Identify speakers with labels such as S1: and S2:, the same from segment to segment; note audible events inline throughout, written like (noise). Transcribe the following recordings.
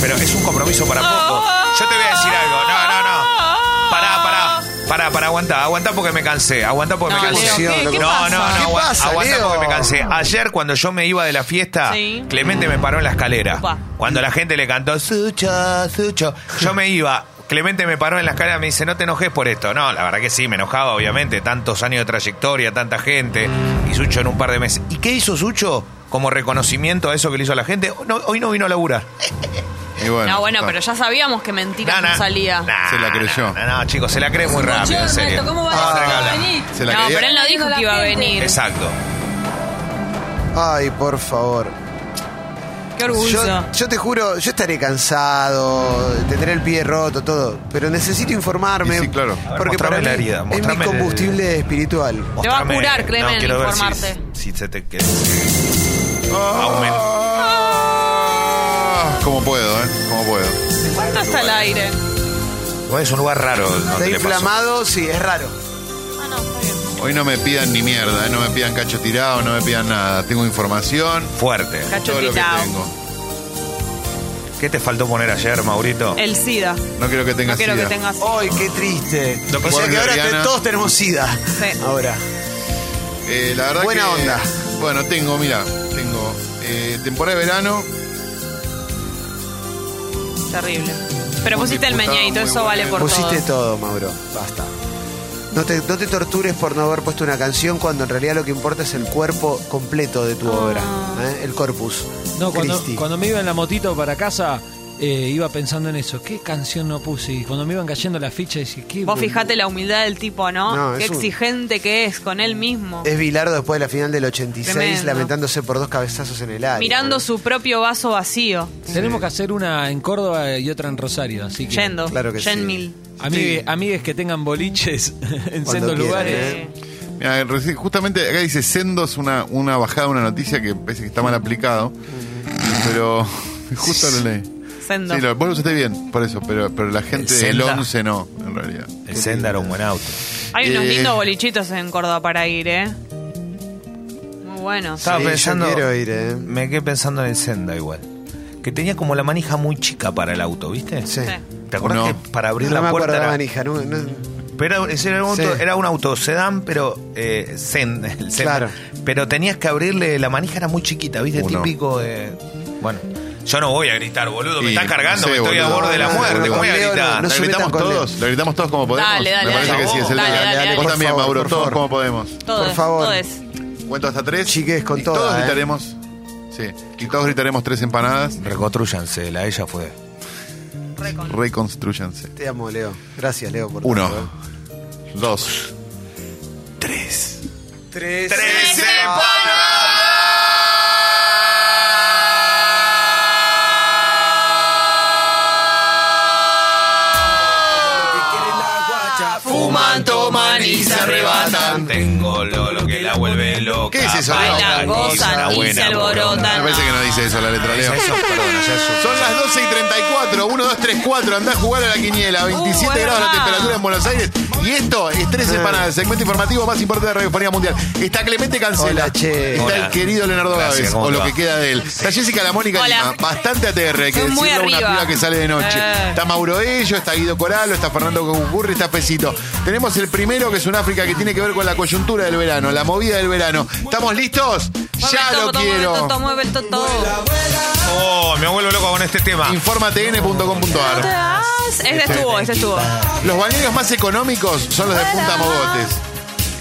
S1: Pero es un compromiso para poco. Yo te voy a decir algo. No, no, no. Pará, pará. Pará, pará, aguanta, aguanta porque me cansé, aguanta porque
S2: No,
S1: me cansé.
S2: Leo, ¿qué- qué
S1: no, no,
S2: pasa?
S1: no,
S2: ¿Qué
S1: agua-
S3: pasa,
S1: aguanta
S3: Leo?
S1: porque me cansé. Ayer cuando yo me iba de la fiesta,
S2: Sí.
S1: Clemente me paró en la escalera.
S2: Upa.
S1: Cuando la gente le cantó Sucho, Sucho, yo me iba. Clemente me paró en la escalera y me dice, no te enojes por esto. No, la verdad que sí, me enojaba, obviamente. Tantos años de trayectoria, tanta gente. Y Sucho en un par de meses. ¿Y qué hizo Sucho como reconocimiento a eso que le hizo a la gente? No, hoy no vino a laburar.
S3: Y bueno,
S2: No, bueno,
S3: está.
S2: pero ya sabíamos que mentira
S1: Nana.
S2: no salía.
S1: Nah,
S3: Se la creyó.
S1: nah, nah, chicos, se la cree muy rápido, en serio.
S4: ¿Cómo vas
S1: Vamos a
S4: a
S1: tener que hablar.
S4: decir que venís?
S3: Se la
S2: no,
S3: creía.
S2: pero él no dijo que iba a venir.
S1: Exacto.
S3: Ay, por favor.
S2: Qué orgullo.
S3: Yo, yo te juro, yo estaré cansado, tendré el pie roto, todo, pero necesito informarme.
S5: Y sí, claro.
S1: A ver,
S3: Porque
S1: mostrame
S3: para mí
S1: la herida,
S3: es mi
S1: mostrame el-
S3: combustible espiritual.
S2: Te va a curar, Clemen,
S1: Clemente, quiero ver si-
S2: informarte.
S1: Si, se te queda. Aumenta.
S5: Ah, ¿Cómo puedo, eh? ¿Cómo puedo?
S2: ¿Cuánto está el aire?
S1: Vos es un lugar raro. donde
S3: Está
S1: le pasó.
S3: inflamado, sí, es raro.
S2: Ah, no, está bien.
S5: Hoy no me pidan ni mierda, eh, no me pidan cacho tirado, no me pidan nada. Tengo información,
S1: Fuerte.
S5: todo lo que
S2: Cachupitao.
S5: tengo.
S1: ¿Qué te faltó poner ayer, Maurito?
S2: El SIDA.
S5: No quiero que
S2: No
S5: tengas
S2: quiero que
S5: sida.
S2: tengas.
S3: Ay, qué triste.
S1: Lo que
S3: o sea
S5: pone
S3: que ahora te-
S5: Mariana-
S3: todos tenemos sida.
S2: Sí.
S3: Ahora.
S5: Eh, la verdad
S3: Buena
S5: que-
S3: onda.
S5: Bueno, tengo, mira, tengo eh, temporada de verano.
S2: Terrible. Pero
S5: Muy
S2: pusiste el
S5: disputado,
S2: meñadito,
S5: muy
S2: eso vale
S5: bueno.
S2: por
S3: Pusiste
S2: todo.
S3: todo. Mauro. Basta. No te, no te tortures por no haber puesto una canción cuando en realidad lo que importa es el cuerpo completo de
S2: Ah.
S3: tu obra, ¿eh? el corpus.
S6: No, cuando,
S3: Christi.
S6: cuando me iba en la motito para casa, eh, iba pensando en eso. ¿Qué canción no puse? Y cuando me iban cayendo las fichas, decía, ¿qué?
S2: Vos
S6: boludo?
S2: fijate la humildad del tipo, ¿no?
S3: No,
S2: Qué
S3: es un-
S2: exigente que es con él mismo.
S3: Es Bilardo después de la final del 86
S2: Tremendo.
S3: lamentándose por dos cabezazos en el área.
S2: Mirando
S3: ¿no?
S2: su propio vaso vacío.
S6: Tenemos que hacer una en Córdoba y otra en Rosario, así que.
S2: Yendo.
S3: Claro que sí.
S2: Yenmil.
S6: Amigues, amigues que tengan boliches (laughs) en sendos
S3: quieran,
S6: lugares.
S3: ¿eh?
S5: Mirá, reci- justamente acá dice Sendos, una, una bajada, una noticia que parece que está mal aplicado. Pero (laughs) justo lo leí.
S2: Eh, Sendo.
S5: Sí, lo- vos lo usaste bien, por eso, pero, pero la gente
S1: El
S5: del
S1: Senda.
S5: 11 no, en realidad.
S1: El Senda era un buen auto.
S2: Hay unos
S5: Eh.
S2: lindos bolichitos en Córdoba para ir, ¿eh? Muy buenos.
S1: Estaba
S3: Sí, yo
S1: pensando.
S3: quiero ir, eh.
S1: Me quedé pensando en el Senda igual. Que tenía como la manija muy chica para el auto, ¿viste?
S3: Sí.
S2: Sí.
S1: ¿Te acordás
S5: No.
S1: que para abrir
S3: No
S1: la
S3: me
S1: puerta
S3: acordaba,
S1: era,
S3: manija. No, no-
S1: pero era- ese era, un auto,
S3: Sí.
S1: era un auto sedán, pero eh, Senda, el Senda.
S3: Claro.
S1: Pero tenías que abrirle, la manija era muy chiquita, ¿viste?
S5: Uno.
S1: Típico de... Bueno, yo no voy a gritar, boludo, me
S5: Y,
S1: está cargando,
S5: no sé,
S1: me estoy a
S5: boludo.
S1: borde de la
S3: No, no,
S1: muerte,
S3: no,
S1: ¿cómo voy a
S3: con Leo
S1: gritar?
S3: no
S5: ¿La
S3: se
S5: Ah, gritamos
S3: metan con
S5: todos? ¿La gritamos todos como podemos?
S2: Dale, dale,
S5: Me parece
S2: dale.
S5: que sí, es el
S2: Dale,
S5: de-
S2: dale, dale,
S5: Vos
S3: por
S5: también,
S3: favor,
S5: Mauro,
S3: por
S5: todos
S3: favor.
S5: como podemos.
S2: Todos,
S3: Por favor.
S2: todos.
S5: Cuento hasta tres.
S3: Chiques, con
S5: y
S3: toda,
S5: Todos
S3: eh.
S5: gritaremos. Sí. Y todos gritaremos tres empanadas.
S1: Reconstruyanse, la ella fue.
S2: Recon.
S5: Reconstruyanse.
S3: Te amo, Leo. Gracias, Leo, por
S5: Uno.
S3: todo, eh.
S5: Dos.
S1: Tres.
S3: Tres.
S1: ¡Tres
S2: Fuman, toman y se arrebatan.
S1: Tengo lo, lo que la vuelve loca.
S5: ¿Qué es eso,
S2: Bailan,
S5: Leo?
S2: gozan y se
S1: buena,
S5: Me
S2: alborotan.
S5: parece que no dice eso la letra, Leo.
S1: Eso, perdón, ya eso.
S5: (laughs) Son
S2: Ah.
S5: las 12 y 34, 1, 2, 3, 4. Andá a jugar a la quiniela,
S2: Uh, es
S5: 27 grados la
S2: verdad.
S5: temperatura en Buenos Aires. Y esto es
S1: Eh.
S5: 13 empanadas, el segmento informativo más importante de la Radiofonía Mundial. Está Clemente Cancela.
S3: Hola, che.
S5: Está
S1: Hola.
S5: el querido Leonardo
S1: Gracias,
S5: Gávez,
S1: ¿cómo
S5: o
S1: te
S5: lo
S1: va?
S5: que queda de él. Está Jessica La Mónica
S2: Hola.
S5: Lima, bastante ATR, hay que
S2: Fue muy
S5: decirlo, una
S2: arriba.
S5: piba que sale de noche.
S2: Eh.
S5: Está Mauro Ello, está Guido Coralo, está Fernando Concurri, está Pesito. Tenemos el primero, que es un África que tiene que ver con la coyuntura del verano, la movida del verano. ¿Estamos listos?
S2: Mueve
S5: Ya
S2: el
S5: lo
S2: toto,
S5: quiero.
S2: Mueve el toto, mueve el toto.
S1: Oh, me vuelvo loco con este tema.
S5: Informatn.com.ar
S2: Este estuvo, este estuvo.
S5: Los balnearios más económicos son los de Punta Mogotes.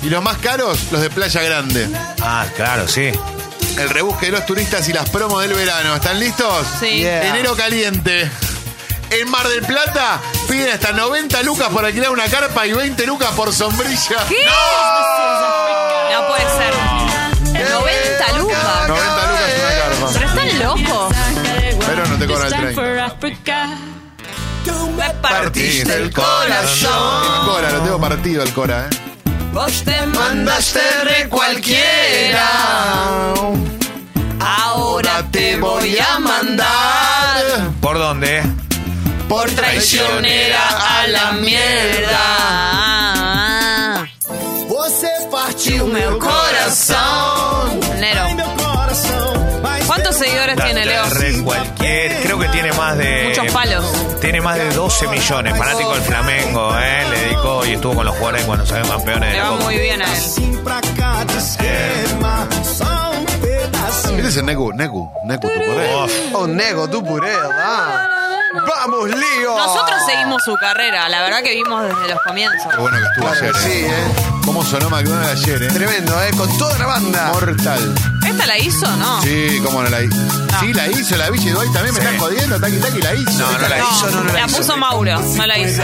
S5: Y los más caros, los de Playa Grande.
S1: Ah, claro, sí.
S5: El rebusque de los turistas y las promos del verano. ¿Están listos?
S2: Sí.
S3: Yeah.
S5: Enero caliente. En Mar del Plata piden hasta 90 lucas por alquilar una carpa y 20 lucas por sombrilla.
S2: ¿Qué? No puede ser. 90 lucas.
S5: 90 lucas una carpa.
S2: Pero están locos.
S5: Pero no te cobran el 30.
S2: Me partiste el
S5: El
S2: corazón.
S5: Cora, lo tengo partido el Cora, ¿eh?
S2: Vos te mandaste re cualquiera. Ahora te voy a mandar
S1: ¿Por dónde?
S5: Por
S2: traicionera a la mierda.
S5: Você partiu
S2: Meu coração. Nero. ¿Cuántos seguidores
S1: La
S2: tiene Leo?
S1: re cualquier, creo que tiene más de.
S2: Muchos palos.
S1: Tiene más de 12 millones. Fanático del Flamengo, ¿eh? Le dedicó y estuvo con los jugadores cuando se ven campeones. de
S2: Le
S1: la
S2: va
S1: Copa.
S2: muy bien a él.
S5: Este es el Negu, Negu, Negu, tu correo.
S3: Oh, nego, tu puré, va. ¡Vamos, lío!
S2: Nosotros seguimos su carrera, la verdad que vimos desde los comienzos.
S5: Qué bueno que estuvo
S3: Claro
S5: ayer.
S3: que sí, ¿eh?
S5: ¿Cómo sonó McDonald's ayer, eh?
S3: Tremendo, ¿eh? Con toda la banda.
S5: Mortal.
S2: ¿Esta la hizo no?
S5: Sí, cómo no la hizo. Sí, la hizo, la Villa y Duay también me
S1: Sí.
S5: estás jodiendo, Taki Taki la hizo.
S1: No, no la
S2: No,
S3: hizo, no, no la
S2: la
S3: hizo.
S2: puso Mauro, no la hizo.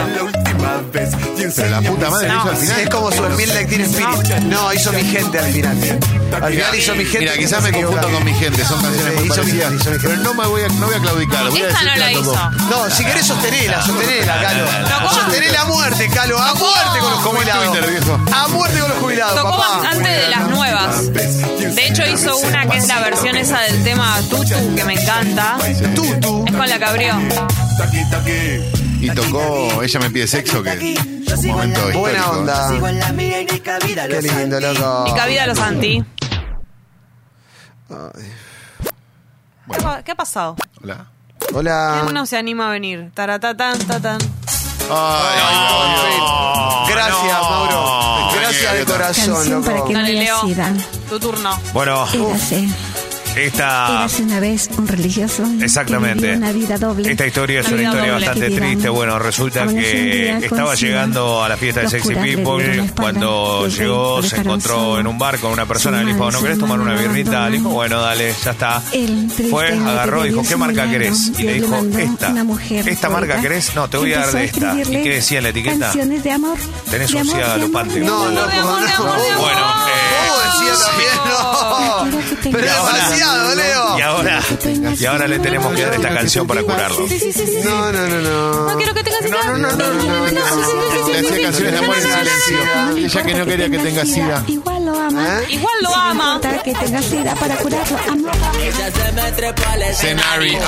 S5: Pero la puta madre la
S2: No.
S5: hizo al final.
S3: Es como su humilde acting spirit. No, hizo mi gente al final. Al final hizo mi gente.
S5: Mira,
S3: que
S5: quizás
S3: se
S5: me confundo
S3: equivoca.
S5: con mi gente, son canciones
S3: Sí,
S5: muy
S3: hizo mi
S5: parecidas.
S3: gente, hizo mi gente.
S5: Pero no me voy a, no voy a claudicar, voy a
S2: Esta
S5: decir
S2: no
S5: que
S2: la
S5: tocó.
S2: hizo.
S3: No, si querés sostenela, sostenela, Calo.
S2: Tocó-
S3: Sostenela a muerte, Calo. A muerte con los
S5: Como en
S3: jubilados.
S5: Twitter, viejo.
S3: A muerte con los jubilados,
S2: Tocó
S3: papá.
S2: bastante de las nuevas. De hecho hizo una que es la versión esa del tema Tutu, que me encanta.
S3: Tutu.
S2: Es con la que abrió.
S5: Y tocó Ella me pide sexo, que es un momento histórico.
S3: Buena onda. Ah. Qué lindo, loco.
S2: Y cabida a los anti. ¿Qué
S5: Bueno,
S2: pa- ¿Qué ha pasado?
S5: hola.
S3: Hola.
S2: Ninguno se anima a venir. Taratatán, tatán.
S5: Ay,
S3: Gracias,
S1: no.
S3: Mauro. Gracias de
S5: Canción
S3: corazón,
S4: Canción para
S3: loco.
S4: que no
S2: Dale,
S4: haya
S2: Leo.
S4: sida.
S2: Tu turno.
S1: Bueno,
S4: Érase,
S1: esta.
S4: érase una vez un religioso que
S1: Ah. Exactamente.
S4: vivió una vida doble.
S1: Esta historia es
S2: Una
S1: una
S2: vida
S1: historia
S2: doble.
S1: bastante
S4: Que dirán,
S1: triste. Bueno, resulta
S4: amaneció un
S1: que
S4: día con
S1: estaba
S4: sida.
S1: llegando a la fiesta de
S4: Los
S1: Sexy
S4: curas le dieron la
S1: People.
S4: espalda,
S1: Cuando
S4: el rey
S1: llegó, se
S4: lo dejaron
S1: encontró
S4: solo.
S1: en un bar con una persona.
S4: Su
S1: Le dijo,
S4: madre,
S1: ¿no
S4: su
S1: querés tomar
S4: hermano
S1: una
S4: lo
S1: birrita? Le dijo,
S4: abandonan.
S1: bueno, dale, ya está.
S4: Él
S1: Fue,
S4: tristemente
S1: agarró,
S4: pidió
S1: dijo, ¿qué
S4: su
S1: marca
S4: milagro.
S1: querés? Y
S4: Dios
S1: le
S4: le
S1: dijo,
S4: mandó
S1: esta.
S4: una mujer
S1: ¿Esta marca
S4: poeta
S1: querés? No, te voy a dar
S4: empezó
S1: de esta. ¿Y
S4: escribirle
S1: qué decía en la etiqueta?
S4: Canciones de amor.
S1: Tenés
S4: de
S1: un
S4: amor,
S1: SIDA
S4: de amor,
S1: galopante.
S4: de
S3: No,
S4: amor,
S3: loco,
S4: de amor, de
S3: no.
S4: amor, de amor.
S1: Bueno, eh,
S3: Oh, decía (laughs) también, no.
S4: Quiero que te
S3: Oh, Pero es
S4: engañes.
S3: demasiado, Leo.
S1: Y ahora, y ahora le tenemos que dar esta canción para curarlo.
S4: Sí, sí, sí, sí. sí.
S3: No, no, no, no.
S2: No quiero que tengas idea.
S3: no, no, no, no, no, no.
S5: Le hacía canciones de amor en silencio. Ella que no quería que tenga sida.
S4: Igual lo ama.
S3: ¿Eh?
S2: Igual lo ama.
S4: Importa que tenga sida para curarlo. Ama.
S7: Ella se me trepó al escenario.
S5: Scenario.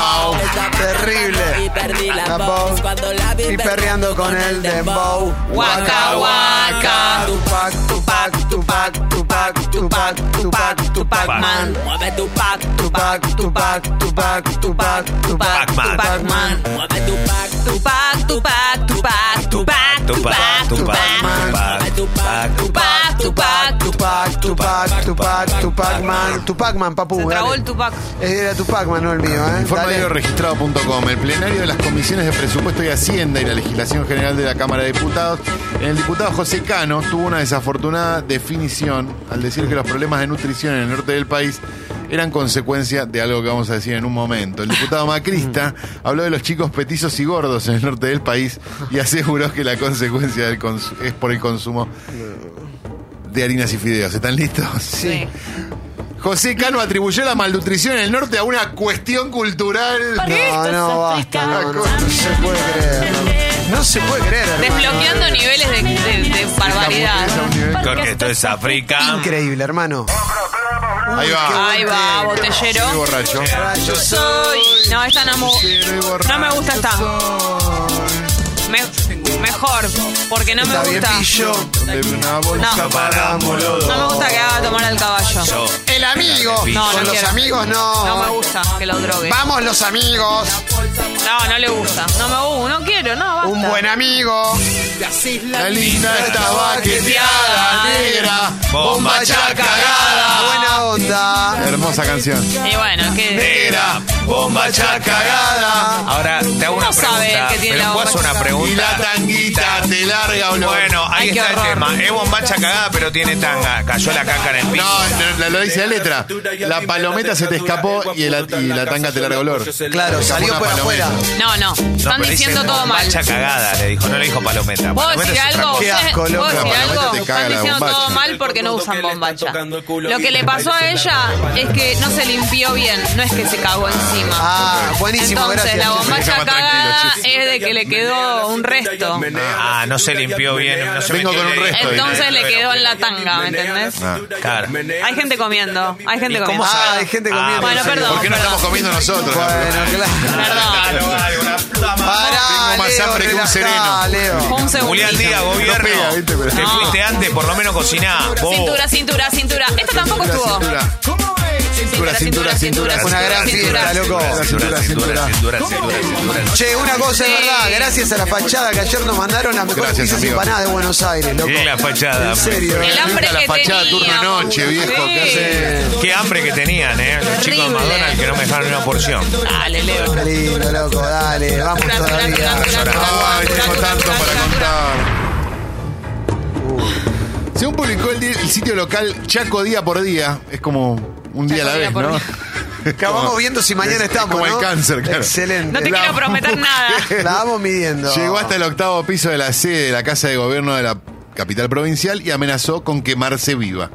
S7: Esta
S3: Oh, Terrible.
S7: Y perdí
S3: La
S7: la
S3: voz.
S7: voz cuando la vi
S3: Y perreando con el dembow.
S2: Waka, waka.
S3: Tupac, Tupac, Tupac, Tupac, Tupac, Tupac, Tupac,
S7: Man, mueve tu pack, tu
S3: Tupac, Tupac, Tupac, Tupac, Tupac,
S1: Pac-Man.
S3: Tupac, man.
S7: man, mueve tu pack, tu pack, tu
S2: Ah,
S7: pack, tu pac, tu pack, tu pack, tu pac, tu pac, tu pac, tu pac, tu
S3: Tupac, Tupac, Tupac, Tupac, man. Tupac, man, papu.
S2: Se trabó
S3: dale.
S2: el Tupac.
S3: Eh, Era Tupac, man, no el mío, ¿eh?
S5: Informe
S3: Dale.
S5: de registrado.com. El plenario de las comisiones de presupuesto y Hacienda y la legislación general de la Cámara de Diputados. El diputado José Cano tuvo una desafortunada definición al decir que los problemas de nutrición en el norte del país eran consecuencia de algo que vamos a decir en un momento. El diputado macrista habló de los chicos petizos y gordos en el norte del país y aseguró que la consecuencia del cons- es por el consumo de harinas y fideos. ¿Están listos?
S2: Sí.
S5: José Cano atribuyó la malnutrición en el norte a una cuestión cultural.
S3: No, no, basta, no, no, no se puede creer. No, No se puede creer, hermano.
S2: Desbloqueando niveles de, de- de barbaridad.
S5: Esa mujer-
S1: Porque esto es África.
S3: Increíble, hermano.
S5: Ahí va.
S2: Ahí va, botellero.
S5: Soy borracho.
S2: Yo soy. No, esta no me, no me gusta esta. Me- mejor, porque no me
S3: Está bien,
S2: gusta.
S3: pillo.
S5: De una bolsa
S2: No.
S5: para boludo.
S2: No me gusta que haga tomar al caballo.
S1: Yo,
S3: El amigo.
S1: No,
S2: no
S3: Con los
S2: quiero.
S3: amigos no.
S2: No me gusta que lo drogue.
S3: Vamos los amigos.
S2: No, no le gusta. No me gusta, no quiero, no, basta.
S3: Un buen amigo.
S5: La linda estaba
S2: baqueteada,
S5: queteada, negra.
S2: negra,
S5: Bomba ya cagada.
S3: Ah, Buena onda.
S5: Hermosa canción.
S2: Y bueno, que.
S5: Negra, bomba ya cagada.
S1: ahora te hago una
S2: No sabe
S1: pregunta.
S2: que tiene
S1: ¿Me
S2: la
S1: puedo hacer
S2: bombacha
S1: una
S2: cagada.
S5: Y la
S1: pregunta?
S5: tanguita te larga o no.
S1: Bueno, ahí
S2: Ay, qué
S1: está el
S2: horror.
S1: tema. Es bombacha cagada, pero tiene tanga. Cayó la caca en el piso.
S5: No, lo- lo dice la letra. La palometa se te escapó y la, y la tanga te larga olor.
S3: Claro, salió por
S5: Una
S3: afuera.
S5: palometa.
S2: No, no.
S1: No,
S2: Están
S1: pero
S2: diciendo
S1: dice
S2: todo mal.
S1: Bombacha cagada, le dijo. No le dijo palometa.
S2: ¿Vos
S1: Palometa
S2: decís
S1: es otra
S2: algo?
S1: cosa.
S3: Qué asco,
S2: ¿Vos
S3: loco.
S2: decís
S5: La
S2: algo?
S5: palometa te caga
S2: Están
S5: la
S2: diciendo
S5: bombacha.
S2: todo mal porque no usan bombacha. Lo que le pasó a ella es que no se limpió bien, no es que se cagó encima.
S3: Ah, buenísimo,
S2: Entonces,
S3: gracias.
S2: la
S5: Déjame
S2: bombacha
S5: tranquilo,
S2: cagada
S5: chis.
S2: es de que le quedó un resto.
S1: Ah, no se limpió bien. No se
S5: Vengo
S1: metió
S5: con un
S1: bien.
S5: resto,
S2: Entonces
S5: bien.
S2: le quedó en la tanga, ¿me entendés?
S5: Ah,
S1: claro.
S2: Hay gente comiendo, hay gente
S1: cómo
S2: comiendo.
S3: Ah, hay gente comiendo.
S2: bueno, perdón.
S5: ¿Por qué no estamos comiendo nosotros?
S3: Bueno, claro.
S2: Perdón.
S3: Pará,
S5: Tengo más
S3: Leo,
S5: hambre que un
S3: relajá,
S5: sereno.
S3: Leo.
S2: Fue Ah, un
S1: Julián
S2: segundito.
S1: Díaz,
S5: No
S1: gobierno.
S5: pega, ¿viste? Pero-
S1: Te
S2: No.
S1: fuiste antes, por lo menos cociná. Vos.
S2: Cintura, cintura, cintura. Esta tampoco
S5: La
S2: estuvo.
S5: cintura. Cintura, cintura, cintura.
S3: Una gran fiesta, loco.
S1: Cintura, cintura, cintura, cintura, cintura.
S3: Che, una cosa es verdad, gracias a la fachada que ayer nos mandaron las mejores
S5: Gracias,
S3: pizzas y
S5: amigo.
S3: empanadas de Buenos Aires, loco.
S1: Y la fachada.
S3: En serio.
S2: El
S3: eh.
S2: hambre
S5: La
S2: que
S5: fachada
S2: tenía.
S5: turno noche, viejo, ¿qué hace?
S1: Qué hambre que tenían, ¿eh? Los chicos de
S2: Terrible.
S1: McDonald's que no me dejaron una porción.
S2: Dale, Leo.
S3: Qué lindo, loco, dale, vamos
S2: Gran, gran,
S3: todavía.
S2: gran, gran, gran.
S5: Ay, tengo tanto para contar. Según publicó el, di- el sitio local Chaco Día por Día, es como un día a la
S2: Chaco
S5: vez,
S2: Día por
S5: (laughs) ¿no?
S2: Día.
S3: Acabamos viendo si mañana
S5: es
S3: estamos.
S5: como el
S3: ¿no?
S5: cáncer, claro.
S3: Excelente.
S2: No te
S5: La
S2: quiero prometer
S3: (laughs)
S2: nada.
S3: La vamos midiendo.
S5: Llegó hasta el octavo piso de la sede de la Casa de Gobierno de la capital provincial y amenazó con quemarse viva.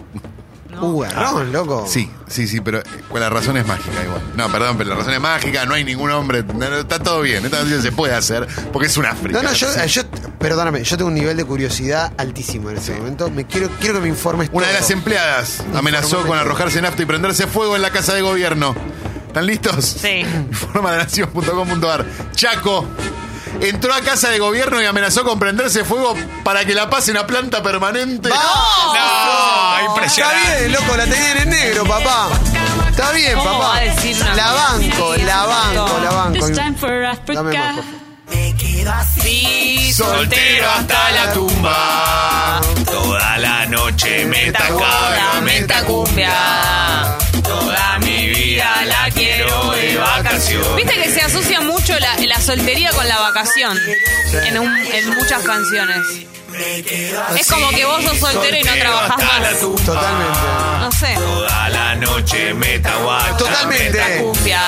S3: Uh, garrón, loco.
S5: Ah. Sí, sí, sí, pero eh, la razón es mágica igual. No, perdón, pero la razón es mágica, no hay ningún hombre, no, no, está todo bien, esta noticia se puede hacer, porque es un
S3: No,
S5: África.
S3: no, yo, eh,
S5: Sí.
S3: yo, perdóname, yo tengo un nivel de curiosidad altísimo en este momento. Me quiero, quiero que me informes
S5: Una de
S3: todo.
S5: las em- empleadas amenazó con arrojarse nafta y prenderse fuego en la Casa de Gobierno. ¿Están listos?
S2: Sí.
S5: (laughs) Informa de nación.com.ar. Chaco entró a Casa de Gobierno y amenazó con prenderse fuego para que la pasen a planta permanente.
S2: Oh.
S1: ¡No!
S3: Está
S1: Impresionante.
S3: bien, loco, la tenían en negro, papá. Está bien,
S2: ¿Cómo
S3: papá.
S2: va a decir una
S3: la
S2: cosa
S3: banco,
S2: así?
S3: la banco, la banco.
S7: This time for
S3: Dame más, por
S7: Africa.
S3: favor.
S2: Sí,
S1: Soltero hasta la tumba. Toda la noche me
S2: Tacola,
S1: tacaba, me
S2: menta cumbia.
S1: Toda mi vida la quiero de vacaciones.
S2: Viste que se asocia mucho la, la soltería con la vacación en, un- en muchas canciones. Es como que vos sos soltero y no trabajás
S1: hasta la
S2: más.
S1: tumba.
S3: Totalmente.
S2: No sé.
S1: Toda la noche me taguacha,
S3: Totalmente.
S1: me tacu-
S2: Cumbia,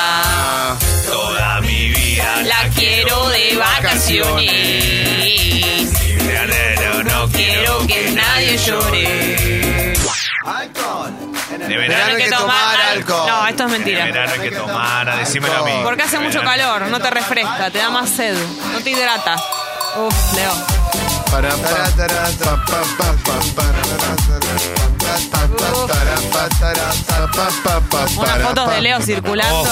S1: Toda mi vida
S2: (laughs) la quiero de vacaciones.
S1: Pero no
S2: Quiero que nadie llore.
S1: De verano
S3: Verano
S1: hay
S3: hay que tomar alcohol.
S2: No, esto es
S1: que, de
S2: mentira.
S1: verano hay que tomar, decímelo a mí.
S2: Porque hace mucho calor, no te refresca, te da más sed, no te hidrata. Uf, Leo.
S5: Para, pa, pa, pa, pa, pa, pa, pa, pa,
S2: Unas
S5: pa,
S2: fotos
S5: pa,
S2: de Leo
S5: pa,
S2: circulando.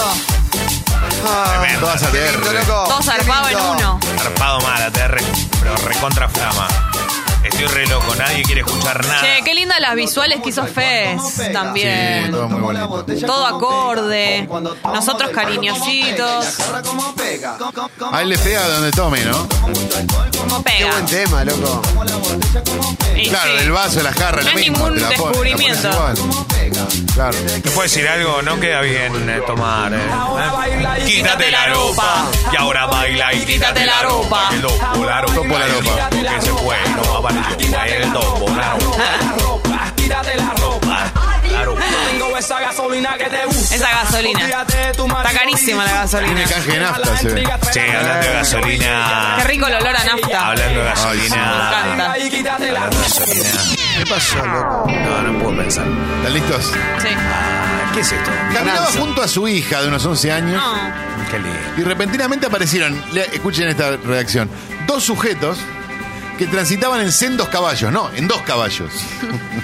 S3: Ah,
S1: Tremendo.
S5: Todas a
S3: qué lindo,
S5: TR.
S3: loco.
S2: Dos zarpados en
S3: Oh, Qué lindo.
S2: uno.
S1: Arpado mal, ATR, pero recontra flama. Estoy re loco, nadie quiere escuchar nada.
S2: Che, qué lindas las visuales que hizo Fez
S5: Sí,
S2: también.
S5: todo muy bonito.
S2: Todo acorde. Nosotros cariñositos.
S5: A él le pega donde tome, ¿no?
S2: ¿Cómo
S3: Qué
S2: pega?
S3: buen tema, loco.
S2: Y
S5: Claro,
S2: sí.
S5: el vaso, la
S2: No
S5: jarra, lo
S2: es
S5: mismo.
S2: ningún
S5: te la pones, la pones
S2: descubrimiento.
S5: igual. Claro.
S1: ¿Te puedo decir algo? No queda bien eh, tomar. eh. Quítate la ropa. Y ahora baila y quítate la ropa. El dopo, la ropa.
S5: Topo la ropa.
S1: Que se fue, no amarillo. Ahí El dopo, la ropa. Quítate la ropa. La ropa.
S8: esa gasolina que te gusta.
S2: Esa gasolina. Está carísima la gasolina.
S5: Tiene canje de nafta, se ve.
S1: Che, hablando de gasolina.
S2: Qué rico el olor a nafta.
S1: Hablando de
S2: Me
S1: gasolina.
S2: encanta.
S1: Hablando de gasolina.
S3: ¿Qué pasó, loco?
S1: No, no puedo pensar.
S5: ¿Están listos?
S2: Sí.
S1: Ah, ¿Qué es esto?
S5: Caminaba
S3: Lanza.
S5: junto a su hija de unos 11 años
S2: No.
S1: Qué lindo.
S5: y repentinamente aparecieron, le- escuchen esta reacción, dos sujetos que transitaban en sendos caballos, no, en dos caballos.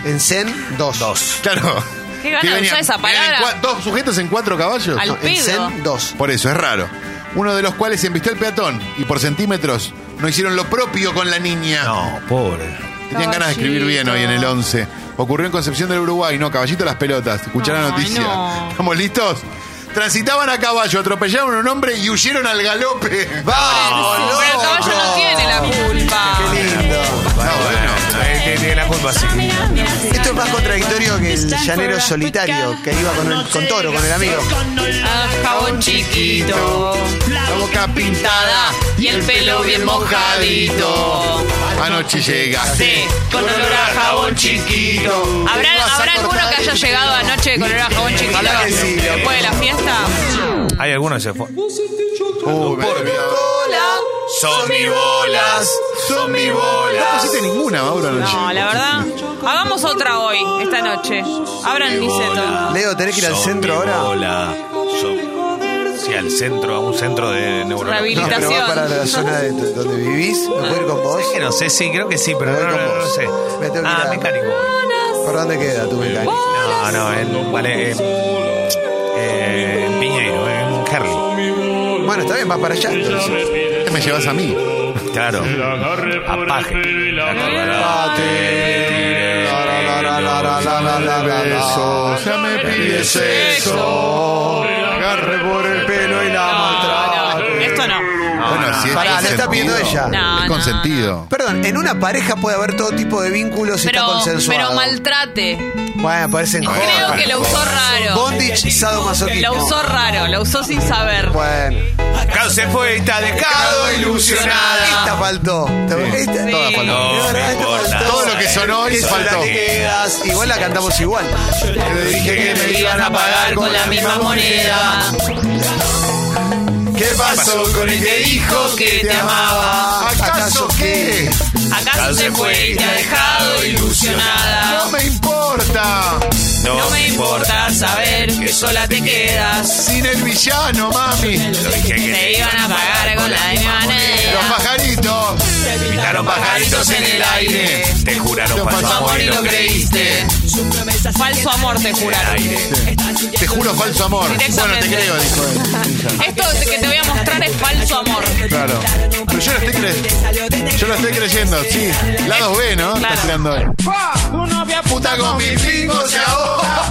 S3: En Zen, dos. Dos.
S5: Claro.
S2: Qué gana de
S5: venían-
S2: usar esa
S5: venían en
S2: palabra.
S5: cua- ¿Dos sujetos en cuatro caballos?
S2: Al-
S3: en
S2: Pido.
S3: Zen, dos.
S5: Por eso, es raro. Uno de los cuales embistó el peatón y por centímetros no hicieron lo propio con la niña.
S1: No, pobre.
S5: Tenían ganas de escribir bien hoy en el 11. Ocurrió en Concepción del Uruguay, no, caballito las pelotas. Escuchá la
S2: Ay,
S5: noticia.
S2: no.
S5: ¿Estamos listos? Transitaban a caballo, atropellaron a un hombre y huyeron al galope.
S3: ¡Vamos, loco!
S2: Pero el caballo no tiene la culpa.
S3: Qué lindo.
S5: Ah, bueno.
S1: Tiene tiene la culpa, sí.
S3: Esto es más contradictorio que el llanero solitario que iba con, el, con Toro, con el amigo.
S2: Ah, jabón chiquito.
S5: La boca pintada
S2: Y el pelo bien mojadito.
S5: Anoche llegaste.
S2: Sí, con olor a jabón chiquito. ¿Habrá, ¿habrá alguno que haya llegado anoche con olor a jabón chiquito?
S3: Ojalá que sí, loco.
S2: Después de la fiesta.
S1: Hay algunos que se fue.
S5: Uh, me había olvidado.
S1: Son mi bolas, son mi
S5: No
S1: bolas.
S5: hiciste ninguna, Mauro, anoche.
S2: No, la verdad. Hagamos otra hoy, esta noche. Abran Niceto.
S3: Leo, ¿tenés que ir al
S1: Son
S3: centro
S1: mi
S3: ahora?
S1: bola, son- Sí, al centro, a un centro de neurología.
S3: No, pero va para la zona de t- donde vivís. ¿Me puedo ir con vos?
S1: Es que no sé, sí, creo que sí, pero
S3: Me voy
S1: no, no,
S3: con
S1: no,
S3: vos.
S1: sé.
S3: Me tengo que
S1: Ah,
S3: ir a-
S1: mecánico.
S3: ¿Por dónde queda tu mecánico?
S1: No, no, en, vale, en, eh, en Piñeiro, en Herli.
S3: Bueno, está bien, vas para allá. entonces.
S5: ¿Qué me llevas a mí?
S1: Claro. Apaje.
S5: beso, ya me pide sexo. Agarre por el pelo y la
S2: No, no, esto no.
S5: Bueno, si es
S3: Pará, le está
S5: consentido,
S3: pidiendo ella.
S2: No,
S5: Es
S2: no,
S5: consentido.
S3: Perdón, en una pareja puede haber todo tipo de vínculos y está
S2: Pero,
S3: consensuado.
S2: pero maltrate.
S3: Bueno, parecen
S2: Creo que lo usó raro.
S3: Bondage
S2: Lo
S3: sadomasoquismo.
S2: usó raro, lo usó sin saber.
S3: Bueno.
S1: Cau se fue y está dejado
S3: Esta
S1: ilusionada.
S3: faltó. Esta,
S2: Sí.
S5: Todas faltan.
S1: No,
S3: Esta
S1: me importa.
S3: faltó.
S5: Todo lo que sonó hoy
S3: Esa
S5: faltó.
S3: la te quedas. Igual la cantamos igual.
S5: Te dije que me iban a pagar con la misma
S2: Ah,
S5: moneda.
S3: ¿Qué pasó con el que dijo
S2: que te
S3: amaba?
S5: ¿Acaso qué?
S2: Acá se fue y te ha dejado
S5: No
S2: ilusionada.
S5: me importa.
S2: No me importa saber que sola te quedas.
S5: Sin el villano, mami.
S1: Lo dije que
S2: Te iban a pagar con la misma
S5: Los
S2: moneda.
S5: pajaritos.
S1: Pintaron pajaritos en el aire. Te juraron
S5: Los
S1: falso amor y lo creíste.
S2: Falso amor te juraron.
S5: Te juro falso amor. Bueno, te
S2: Directamente.
S5: creo, dijo él.
S2: Esto que te voy a mostrar es falso amor.
S5: Claro. Pero yo lo estoy creyendo. Yo lo estoy creyendo, sí. Lado B, ¿no? Está
S2: Claro.
S5: tirando él. puta con mis pingos y ahora.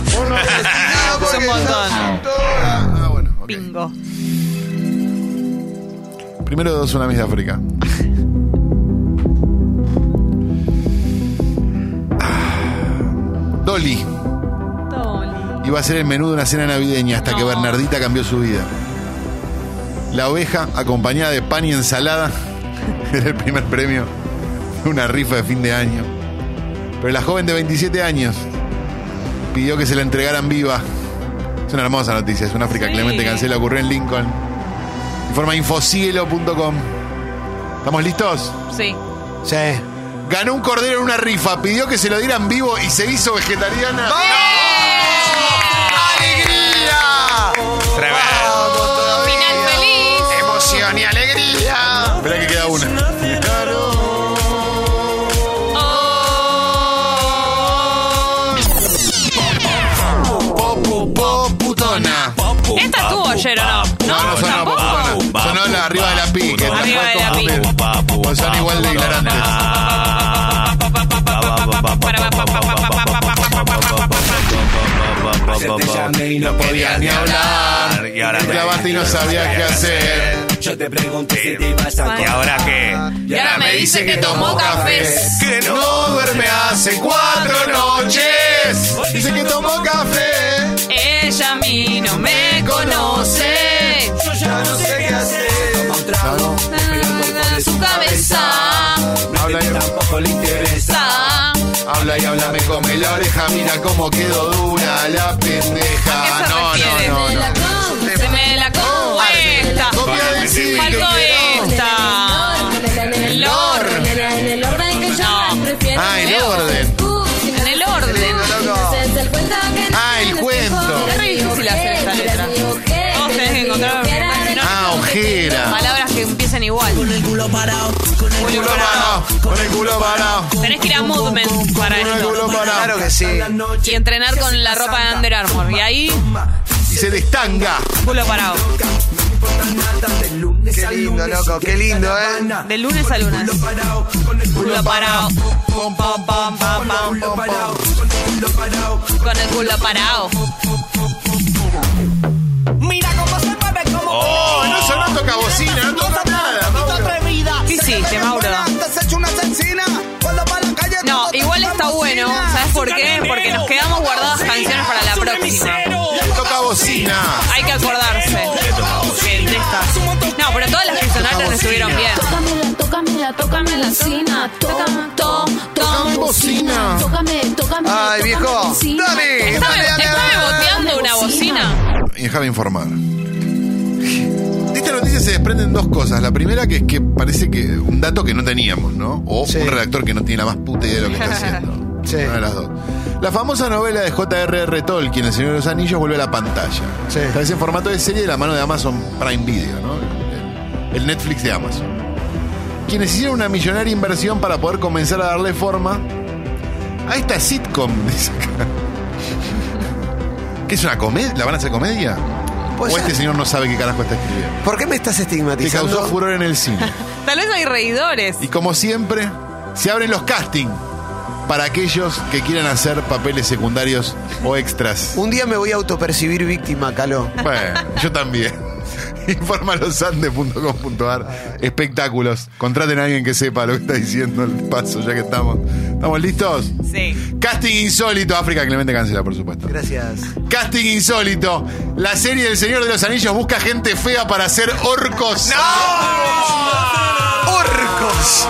S2: Es un montón.
S5: (laughs) Ah, bueno, ok.
S2: Bingo.
S5: Primero dos tsunamis de África. Ah. Dolly iba a ser el menú de una cena navideña hasta que
S2: No.
S5: Bernardita cambió su vida. La oveja, acompañada de pan y ensalada, (laughs) era el primer premio de una rifa de fin de año. Pero la joven de 27 años pidió que se la entregaran viva. Es una hermosa noticia, es una África
S2: Sí.
S5: Clemente Cancela, ocurrió en Lincoln. Informa infocielo.com. ¿Estamos listos?
S2: Sí.
S3: Sí.
S5: Ganó un cordero en una rifa, pidió que se lo dieran vivo y se hizo vegetariana. ¡Alegría!
S1: Tremendo.
S2: Final feliz.
S5: Emoción y alegría. Espera que queda una.
S2: Oh.
S5: Popu, poputona.
S2: Esta estuvo ayer o no.
S5: No, no sonó
S2: ¿Tampoco?
S5: poputona. Sonó la arriba de la pi. Que
S2: Arriba de la pi.
S5: Pues son igual de hilarantes.
S1: Yo te llamé y no podías ni hablar. Y ahora
S5: Te clavaste y no sabías qué hacer.
S8: Yo te pregunté si te ibas a
S1: ¿Y ahora qué?
S2: Y ahora me dice que tomó cafés.
S1: Que no.
S5: duerme hace cuatro noches. Dice que tomó café.
S2: Ella a mí no me conoce.
S5: Claro.
S2: Su cabeza.
S5: Habla y
S8: Tampoco le interesa.
S2: sa.
S5: Habla y habla, me come la oreja, mira cómo quedó dura la
S2: ¿A
S5: pendeja.
S2: qué se
S5: No,
S2: refiere?
S5: no, no, no.
S2: Ah, Se me la como esta.
S5: Voy a decir que
S2: Faltó
S5: quiero-
S2: esta. El orden.
S9: En el orden que yo prefiero.
S5: Ah, el orden.
S2: En el orden.
S5: Ah, el cuento.
S2: Es re difícil hacer esta letra. Todos tenés que encontrar si no,
S5: Ah, ojera.
S2: palabras que empiecen igual. Con el culo parado.
S5: con el culo parado.
S2: Tenés que ir a Movement para
S5: Con el
S2: esto.
S5: culo
S3: Claro
S5: parado.
S3: que sí.
S2: Y entrenar con la ropa de Under Armour. Y ahí,
S5: Y se destanga.
S2: culo parado.
S3: Qué lindo, loco. Qué lindo, ¿eh?
S2: De lunes a lunes. Culo parado. Pom, pom, pom, pom, pom. Con el culo parado.
S7: Mira cómo se mueve, cómo
S5: Oh, no sonó toca bocina, no toca nada. Mauro.
S2: Sí, sí, de Mauro. No, igual está bueno. ¿Sabes por qué? Porque nos quedamos guardadas canciones para la próxima.
S5: Toca bocina.
S2: Hay que acordarse. Que de estas. No, pero todas las personajes estuvieron bien.
S9: Tócamela, tócamela, tócame la cocina. Tócame, to,
S5: Tócame
S9: tócame
S5: bocina.
S9: Tócame, tócame.
S3: Ay,
S9: tócame
S3: viejo.
S9: bocina.
S3: Dame.
S2: ¿Estaba, estaba boteando una bocina?
S5: Y eh, déjame informar. De esta noticia se desprenden dos cosas. La primera que es que parece que un dato que no teníamos, ¿no? O
S3: Sí.
S5: un redactor que no tiene la más puta idea de
S3: (laughs)
S5: lo que está haciendo.
S3: Sí.
S5: Una de las dos. La famosa novela de J.R.R. Tolkien, El Señor de los Anillos, vuelve a la pantalla.
S3: Sí.
S5: Esta vez en formato de serie de la mano de Amazon Prime Video, ¿no? El Netflix de Amazon. Quienes hicieron una millonaria inversión para poder comenzar a darle forma a Ah, esta (laughs) sitcom, dice acá. ¿Qué es una comedia? ¿La van a hacer comedia?
S3: Pues
S5: o
S3: ya-
S5: este señor no sabe qué carajo está escribiendo.
S3: ¿Por qué me estás
S5: Te
S3: estigmatizando?
S5: causó furor en el cine.
S2: Tal vez hay reidores.
S5: Y como siempre, se abren los castings para aquellos que quieran hacer papeles secundarios o extras.
S3: Un día me voy a autopercibir víctima, Caló.
S5: Bueno, yo también. (laughs) Informalosandes.com.ar Espectáculos. Contraten a alguien que sepa lo que está diciendo el paso, ya que estamos. ¿Estamos listos?
S2: Sí.
S5: Casting insólito. África Clemente cancela, por supuesto.
S3: Gracias.
S5: Casting insólito. La serie del Señor de los Anillos busca gente fea para ser orcos.
S1: ¡No!
S3: ¡Orcos!